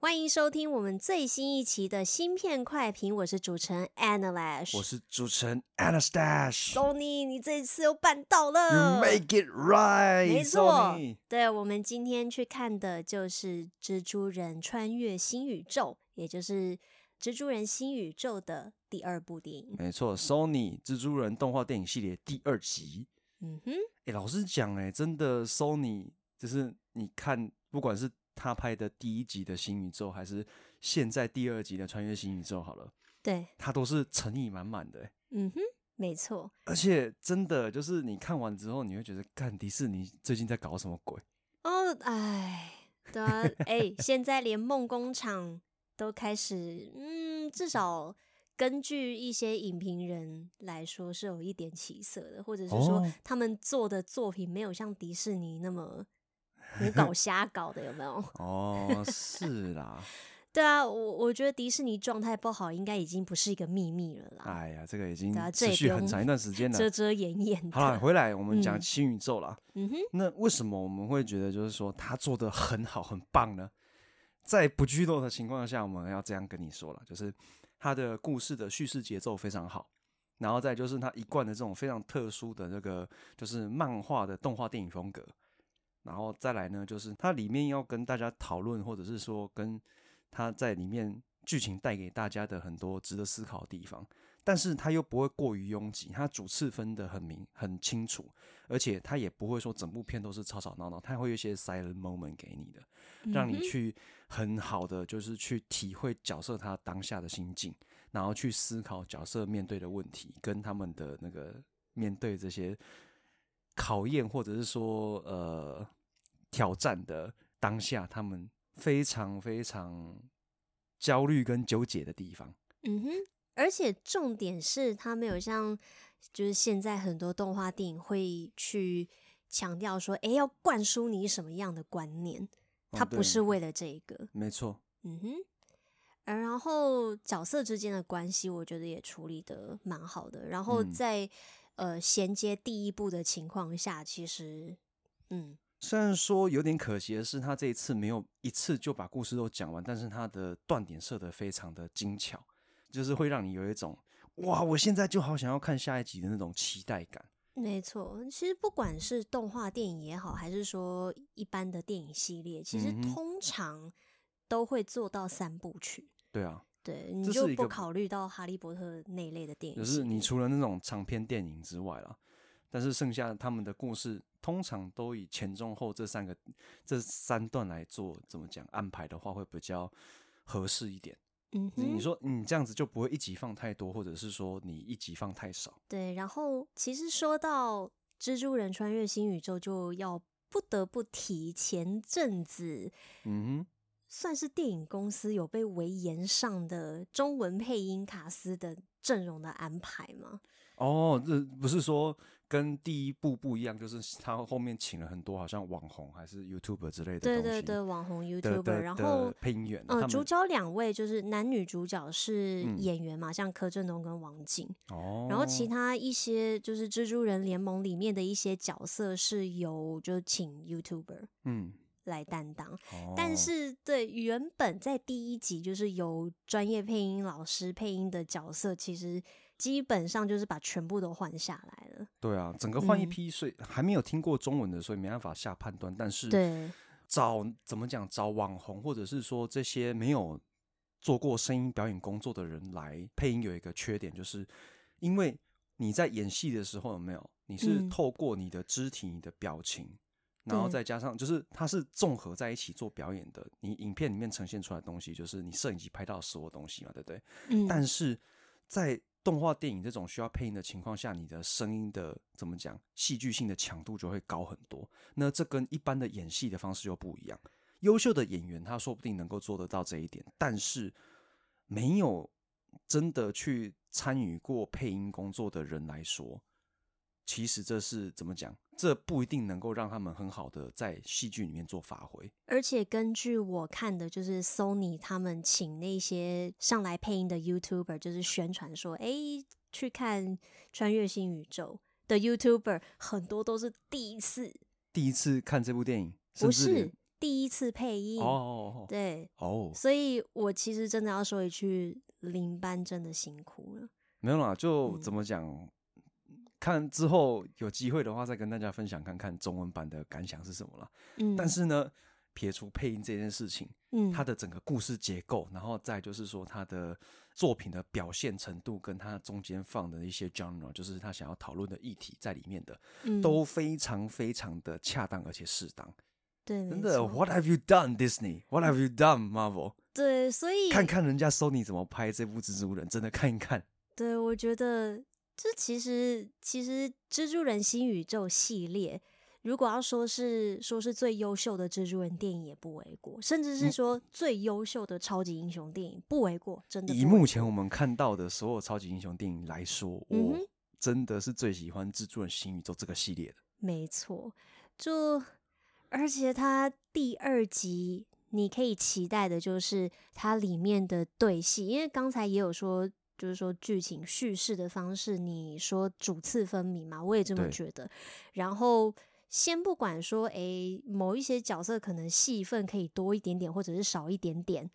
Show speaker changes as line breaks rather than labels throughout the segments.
欢迎收听我们最新一期的芯片快评，我是主持人 Anna Lash，
我是主持人 Anastash。
Sony，你这一次又办到
You
了
make it right，
没错
Sony，
对，我们今天去看的就是《蜘蛛人穿越新宇宙》，也就是《蜘蛛人新宇宙》的第二部电影。
没错，Sony 蜘蛛人动画电影系列第二集。
嗯哼，
哎，老实讲，哎，真的 Sony 就是你看，不管是他拍的第一集的新宇宙，还是现在第二集的穿越新宇宙，好了，
对，
他都是诚意满满的。哎
嗯哼，没错，
而且真的就是你看完之后，你会觉得，干迪士尼最近在搞什么鬼？
哦，哎，对啊，哎，现在连梦工厂都开始，嗯，至少根据一些影评人来说是有一点起色的，或者是说
哦
他们做的作品没有像迪士尼那么胡 搞瞎搞的，有没有？
哦，是啦，
对啊，我我觉得迪士尼状态不好，应该已经不是一个秘密了啦，
哎呀，这个已经
对啊这也
持
不
续很
用
长一段时间了。
遮遮掩掩
好了，
的。
回来我们
嗯
讲新宇宙啦。
嗯哼，
那为什么我们会觉得就是说他做的很好很棒呢？在不剧透的情况下，我们要这样跟你说了，就是他的故事的叙事节奏非常好，然后再就是他一贯的这种非常特殊的这个就是漫画的动画电影风格，然后再来呢，就是它里面要跟大家讨论，或者是说跟他在里面剧情带给大家的很多值得思考的地方，但是它又不会过于拥挤，它主次分得很明很清楚，而且它也不会说整部片都是吵吵闹闹，它会有一些 silent moment 给你的，
嗯
让你去很好的就是去体会角色他当下的心境，然后去思考角色面对的问题跟他们的那个面对这些考验或者是说呃挑战的当下，他们非常非常焦虑跟纠结的地方。
嗯哼，而且重点是它没有像就是现在很多动画电影会去强调说，哎，要灌输你什么样的观念，
哦
它不
对
是为了这个。
没错，
嗯哼。而然后角色之间的关系，我觉得也处理的蛮好的。然后
嗯
在、呃衔接第一部的情况下，其实嗯
虽然说有点可惜的是，他这一次没有一次就把故事都讲完，但是他的断点设得非常的精巧，就是会让你有一种哇，我现在就好想要看下一集的那种期待感。
没错，其实不管是动画电影也好，还是说一般的电影系列，其实
嗯哼
通常都会做到三部曲。
对啊，
对，你
这
就是
一
不
个
考虑到《哈利波特》那一类的电影
就
系列，
是你除了那种长篇电影之外啦，但是剩下他们的故事通常都以前中后这三个这三段来做，怎么讲安排的话会比较合适一点。
嗯
你
哼
你，说你这样子就不会一集放太多，或者是说你一集放太少。
对。然后其实说到《蜘蛛人穿越新宇宙》，就要不得不提前阵子
嗯
算是电影公司有被围延上的中文配音卡司的阵容的安排嘛。
哼，哦，这不是说跟第一部不一样，就是他后面请了很多好像网红还是 YouTuber 之类的
对
东
对
西
对，网红
的
YouTuber，
的
然
的
后
配音员啊，
呃，
他
主
们
角两位就是男女主角是
嗯
演员嘛，像柯震东跟王静，
哦，
然后其他一些就是蜘蛛人联盟里面的一些角色是由就请 YouTuber
嗯，
来担当，
哦
但是对原本在第一集就是由专业配音老师配音的角色，其实基本上就是把全部都换下来了，
对啊，整个换一
嗯
批，所以还没有听过中文的，所以没办法下判断。但是
对。
找怎么讲，找网红或者是说这些没有做过声音表演工作的人来配音，有一个缺点，就是因为你在演戏的时候有没有，你是
嗯
透过你的肢体、你的表情，然后
对
再加上就是它是综合在一起做表演的。你影片里面呈现出来的东西，就是你摄影机拍到的所有东西嘛，对不对？
嗯，
但是在动画电影这种需要配音的情况下，你的声音的怎么讲，戏剧性的强度就会高很多。那这跟一般的演戏的方式又不一样。优秀的演员他说不定能够做得到这一点，但是没有真的去参与过配音工作的人来说，其实这是怎么讲？这不一定能够让他们很好的在戏剧里面做发挥。
而且根据我看的，就是 Sony 他们请那些上来配音的 YouTuber，就是宣传说，哎、去看《穿越新宇宙》的 YouTuber，很多都是第一次，
第一次看这部电影，
不
甚至连
是第一次配音，
哦哦
对，
哦，
所以我其实真的要说一句，林班真的辛苦了。
没有啦，就
嗯
怎么讲？看之后有机会的话，再跟大家分享看看中文版的感想是什么啦。
嗯，
但是呢，撇除配音这件事情，
嗯，
它的整个故事结构，然后再就是说它的作品的表现程度，跟它中间放的一些 genre，就是他想要讨论的议题在里面的，
嗯
都非常非常的恰当而且适当。
对，没
真的
错
，What have you done Disney? What have you done Marvel?
对，所以
看看人家 Sony 怎么拍这部蜘蛛人，真的看一看。
对，我觉得这其实其实《蜘蛛人新宇宙》系列，如果要说是说是最优秀的蜘蛛人电影也不为过，甚至
嗯
是说最优秀的超级英雄电影不为过，真的
以
不为
目前我们看到的所有超级英雄电影来说，
嗯
我
哼
真的是最喜欢《蜘蛛人新宇宙》这个系列的。
没错，就而且它第二集你可以期待的就是它里面的对戏，因为刚才也有说，就是说剧情叙事的方式，你说主次分明嘛，我也这么
对
觉得。然后先不管说，诶、某一些角色可能戏份可以多一点点，或者是少一点点，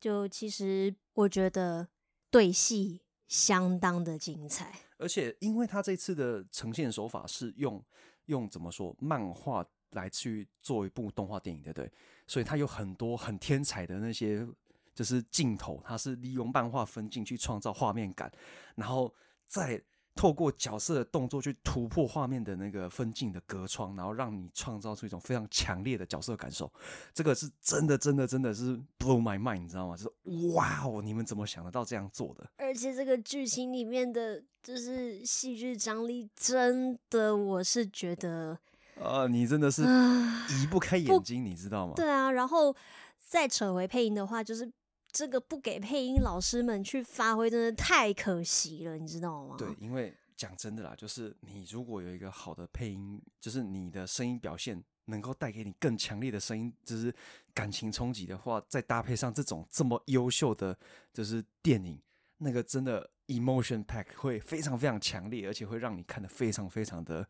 就其实我觉得对戏相当的精彩。
而且，因为他这次的呈现手法是用用怎么说漫画来去做一部动画电影，对不对？所以他有很多很天才的那些就是镜头，他是利用漫画分镜去创造画面感，然后再透过角色的动作去突破画面的那个分镜的隔窗，然后让你创造出一种非常强烈的角色感受。这个是真的，真的，真的是 blow my mind，你知道吗？就是哇哦，你们怎么想得到这样做的？
而且这个剧情里面的就是戏剧张力，真的我是觉得
呃，你真的是
啊，
移不开眼睛，你知道吗？
对啊。然后再扯回配音的话，就是这个不给配音老师们去发挥，真的太可惜了，你知道吗？
对，因为讲真的啦，就是你如果有一个好的配音，就是你的声音表现能够带给你更强烈的声音，就是感情冲击的话，再搭配上这种这么优秀的就是电影，那个真的 emotion pack 会非常非常强烈，而且会让你看得非常非常的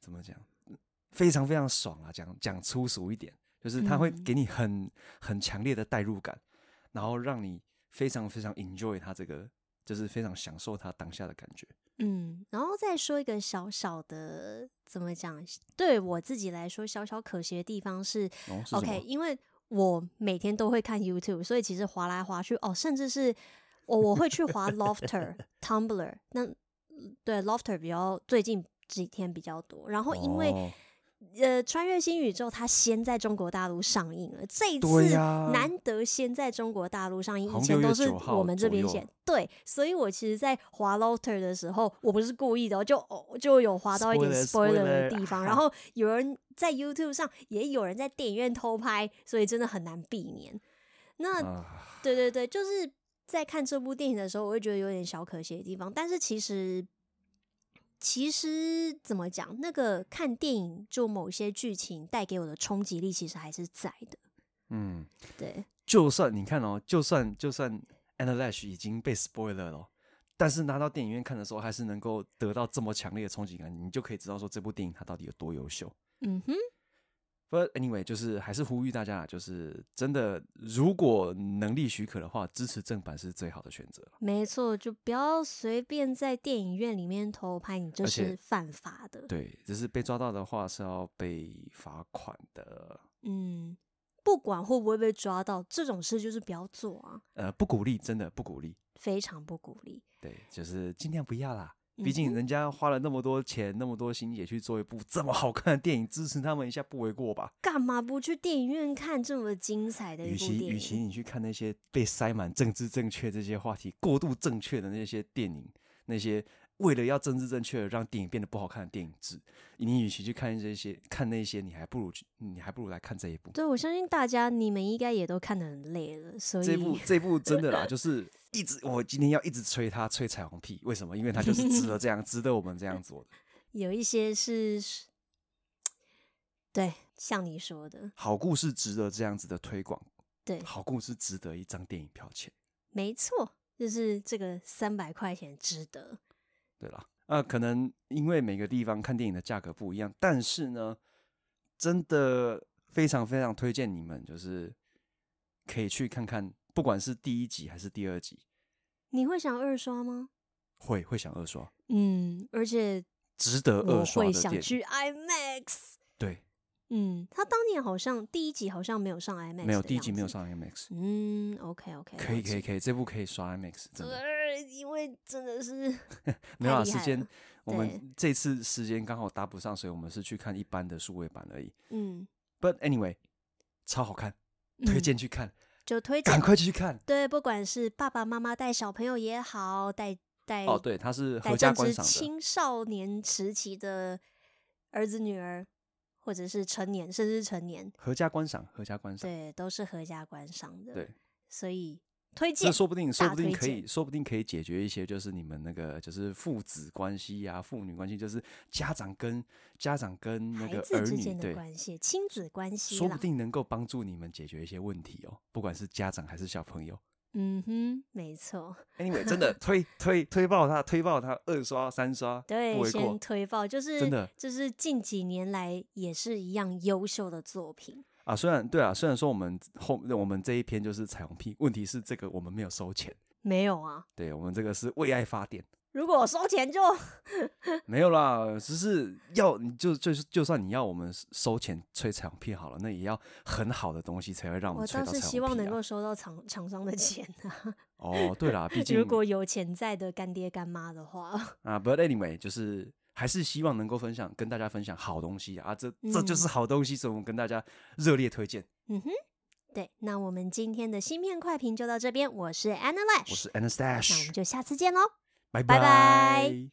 怎么讲，嗯非常非常爽啊！讲讲粗俗一点，就是它会
嗯
给你很很强烈的代入感，然后让你非常非常 enjoy 它这个，就是非常享受它当下的感觉。
嗯，然后再说一个小小的，怎么讲？对我自己来说，小小可惜的地方是，
哦，是什么
OK，因为我每天都会看 YouTube，所以其实划来划去哦，甚至是我我会去划 Lofter、Tumblr，那嗯对 Lofter 比较最近几天比较多。然后因为、
哦
呃《穿越新宇宙》它先在中国大陆上映了，这一
对
次
呀
难得先在中国大陆上映，
好
以前
像6月
都是
9号
我们这边
左右
写对，所以我其实，在划 Lofter 的时候，我不是故意的哦，就哦就有划到一点
Spoiler，
spoiler 的
spoiler，
地 方，
啊
然后有人在 YouTube 上，也有人在电影院偷拍，所以真的很难避免。那
啊，
对对对，就是在看这部电影的时候，我会觉得有点小可惜的地方。但是其实，其实怎么讲，那个看电影就某些剧情带给我的冲击力，其实还是在的。
嗯，
对，
就算你看哦，就算就算 Anna Lash 已经被 spoiler 了哦。但是拿到电影院看的时候，还是能够得到这么强烈的冲击感，你就可以知道说这部电影它到底有多优秀。
嗯哼，
But anyway，就是还是呼吁大家啊，就是真的，如果能力许可的话，支持正版是最好的选择。
没错，就不要随便在电影院里面偷拍，你这
而且
是犯法的。
对，只是被抓到的话是要被罚款的。
嗯，不管会不会被抓到，这种事就是不要做啊，
呃，不鼓励，真的不鼓励。
非常不鼓励。
对，就是尽量不要啦。
嗯
毕竟
哼
人家花了那么多钱、那么多心血去做一部这么好看的电影，支持他们一下不为过吧？
干嘛不去电影院看这么精彩的一
与
部
其
电影？
与其你去看那些被塞满政治正确这些话题、过度正确的那些电影，那些为了要政治正确而让电影变得不好看的电影制，你与其去看这些看那些，你还不如去，你还不如来看这一部。
对，我相信大家你们应该也都看得很累了，所以
这部这部真的啦，就是一直我今天要一直吹他吹彩虹屁，为什么？因为他就是值得这样，值得我们这样做的。
有一些是，对，像你说的，
好故事值得这样子的推广，
对，
好故事值得一张电影票钱，
没错，就是这个三百块钱值得。
对啦，啊，可能因为每个地方看电影的价格不一样，但是呢，真的非常非常推荐你们，就是可以去看看，不管是第一集还是第二集，
你会想二刷吗？
会会想二刷，
嗯，而且
值得
我
二刷
会
的
想
电影。
去 IMAX。
对，
嗯，他当年好像第一集好像没有上 IMAX，
没有
的
第一集
样
没有
子。
上 IMAX，
嗯，OK OK，
可以可以可以，这部可以刷 IMAX，真的
呃，因为真的是
没
太
有啊
厉
时
害
间
了。
我
对
们这次时间刚好搭不上，所以我们是去看一般的数位版而已。
嗯，
But anyway，超好看，
嗯
推荐去看，
就推
赶
荐。
快去看。
对，不管是爸爸妈妈带小朋友也好，带带
哦，对，它是
带
合家
正
观
值
赏的，
青少年时期的儿子女儿，或者是成年，甚至是成年，
合家观赏，合家观赏。
对，都是合家观赏的。
对，
所以推
这
荐。
说不定，说
大
不定
推
可以，
荐
说不定可以解决一些，就是你们那个，就是父子关系呀、父女关系，就是家长跟家长跟那
孩
个
子
儿
之
女，
间的
对，
关系，亲子关系
说
啦
不定能够帮助你们解决一些问题哦，不管是家长还是小朋友。
嗯哼，没错，
Anyway，真的 推推推爆它，推爆它，二刷三刷，
对
不，为
先
过。
推爆，就是
真的
就是近几年来也是一样优秀的作品。
啊，虽然对啊，虽然说我们后我们这一篇就是彩虹屁，问题是这个我们没有收钱，
没有啊，
对我们这个是为爱发电，
如果我收钱就
没有啦，只是要你就就是就算你要我们收钱吹彩虹屁好了，那也要很好的东西才会让我
我
们吹
倒
到
是
彩
希
虹
望
屁、
能
啊
够。收到厂厂商的钱啊。
哦，对啦，毕竟
如果有潜在的干爹干妈的话，
啊，but anyway，就是还是希望能够分享跟大家分享好东西啊，啊这这就是好东西，所以我们跟大家热烈推荐。
嗯哼，对，那我们今天的芯片快评就到这边，我是 Anna
我
Lash，
是 a n a s t a
那我
s
们
h
就下次见喽。
拜
拜拜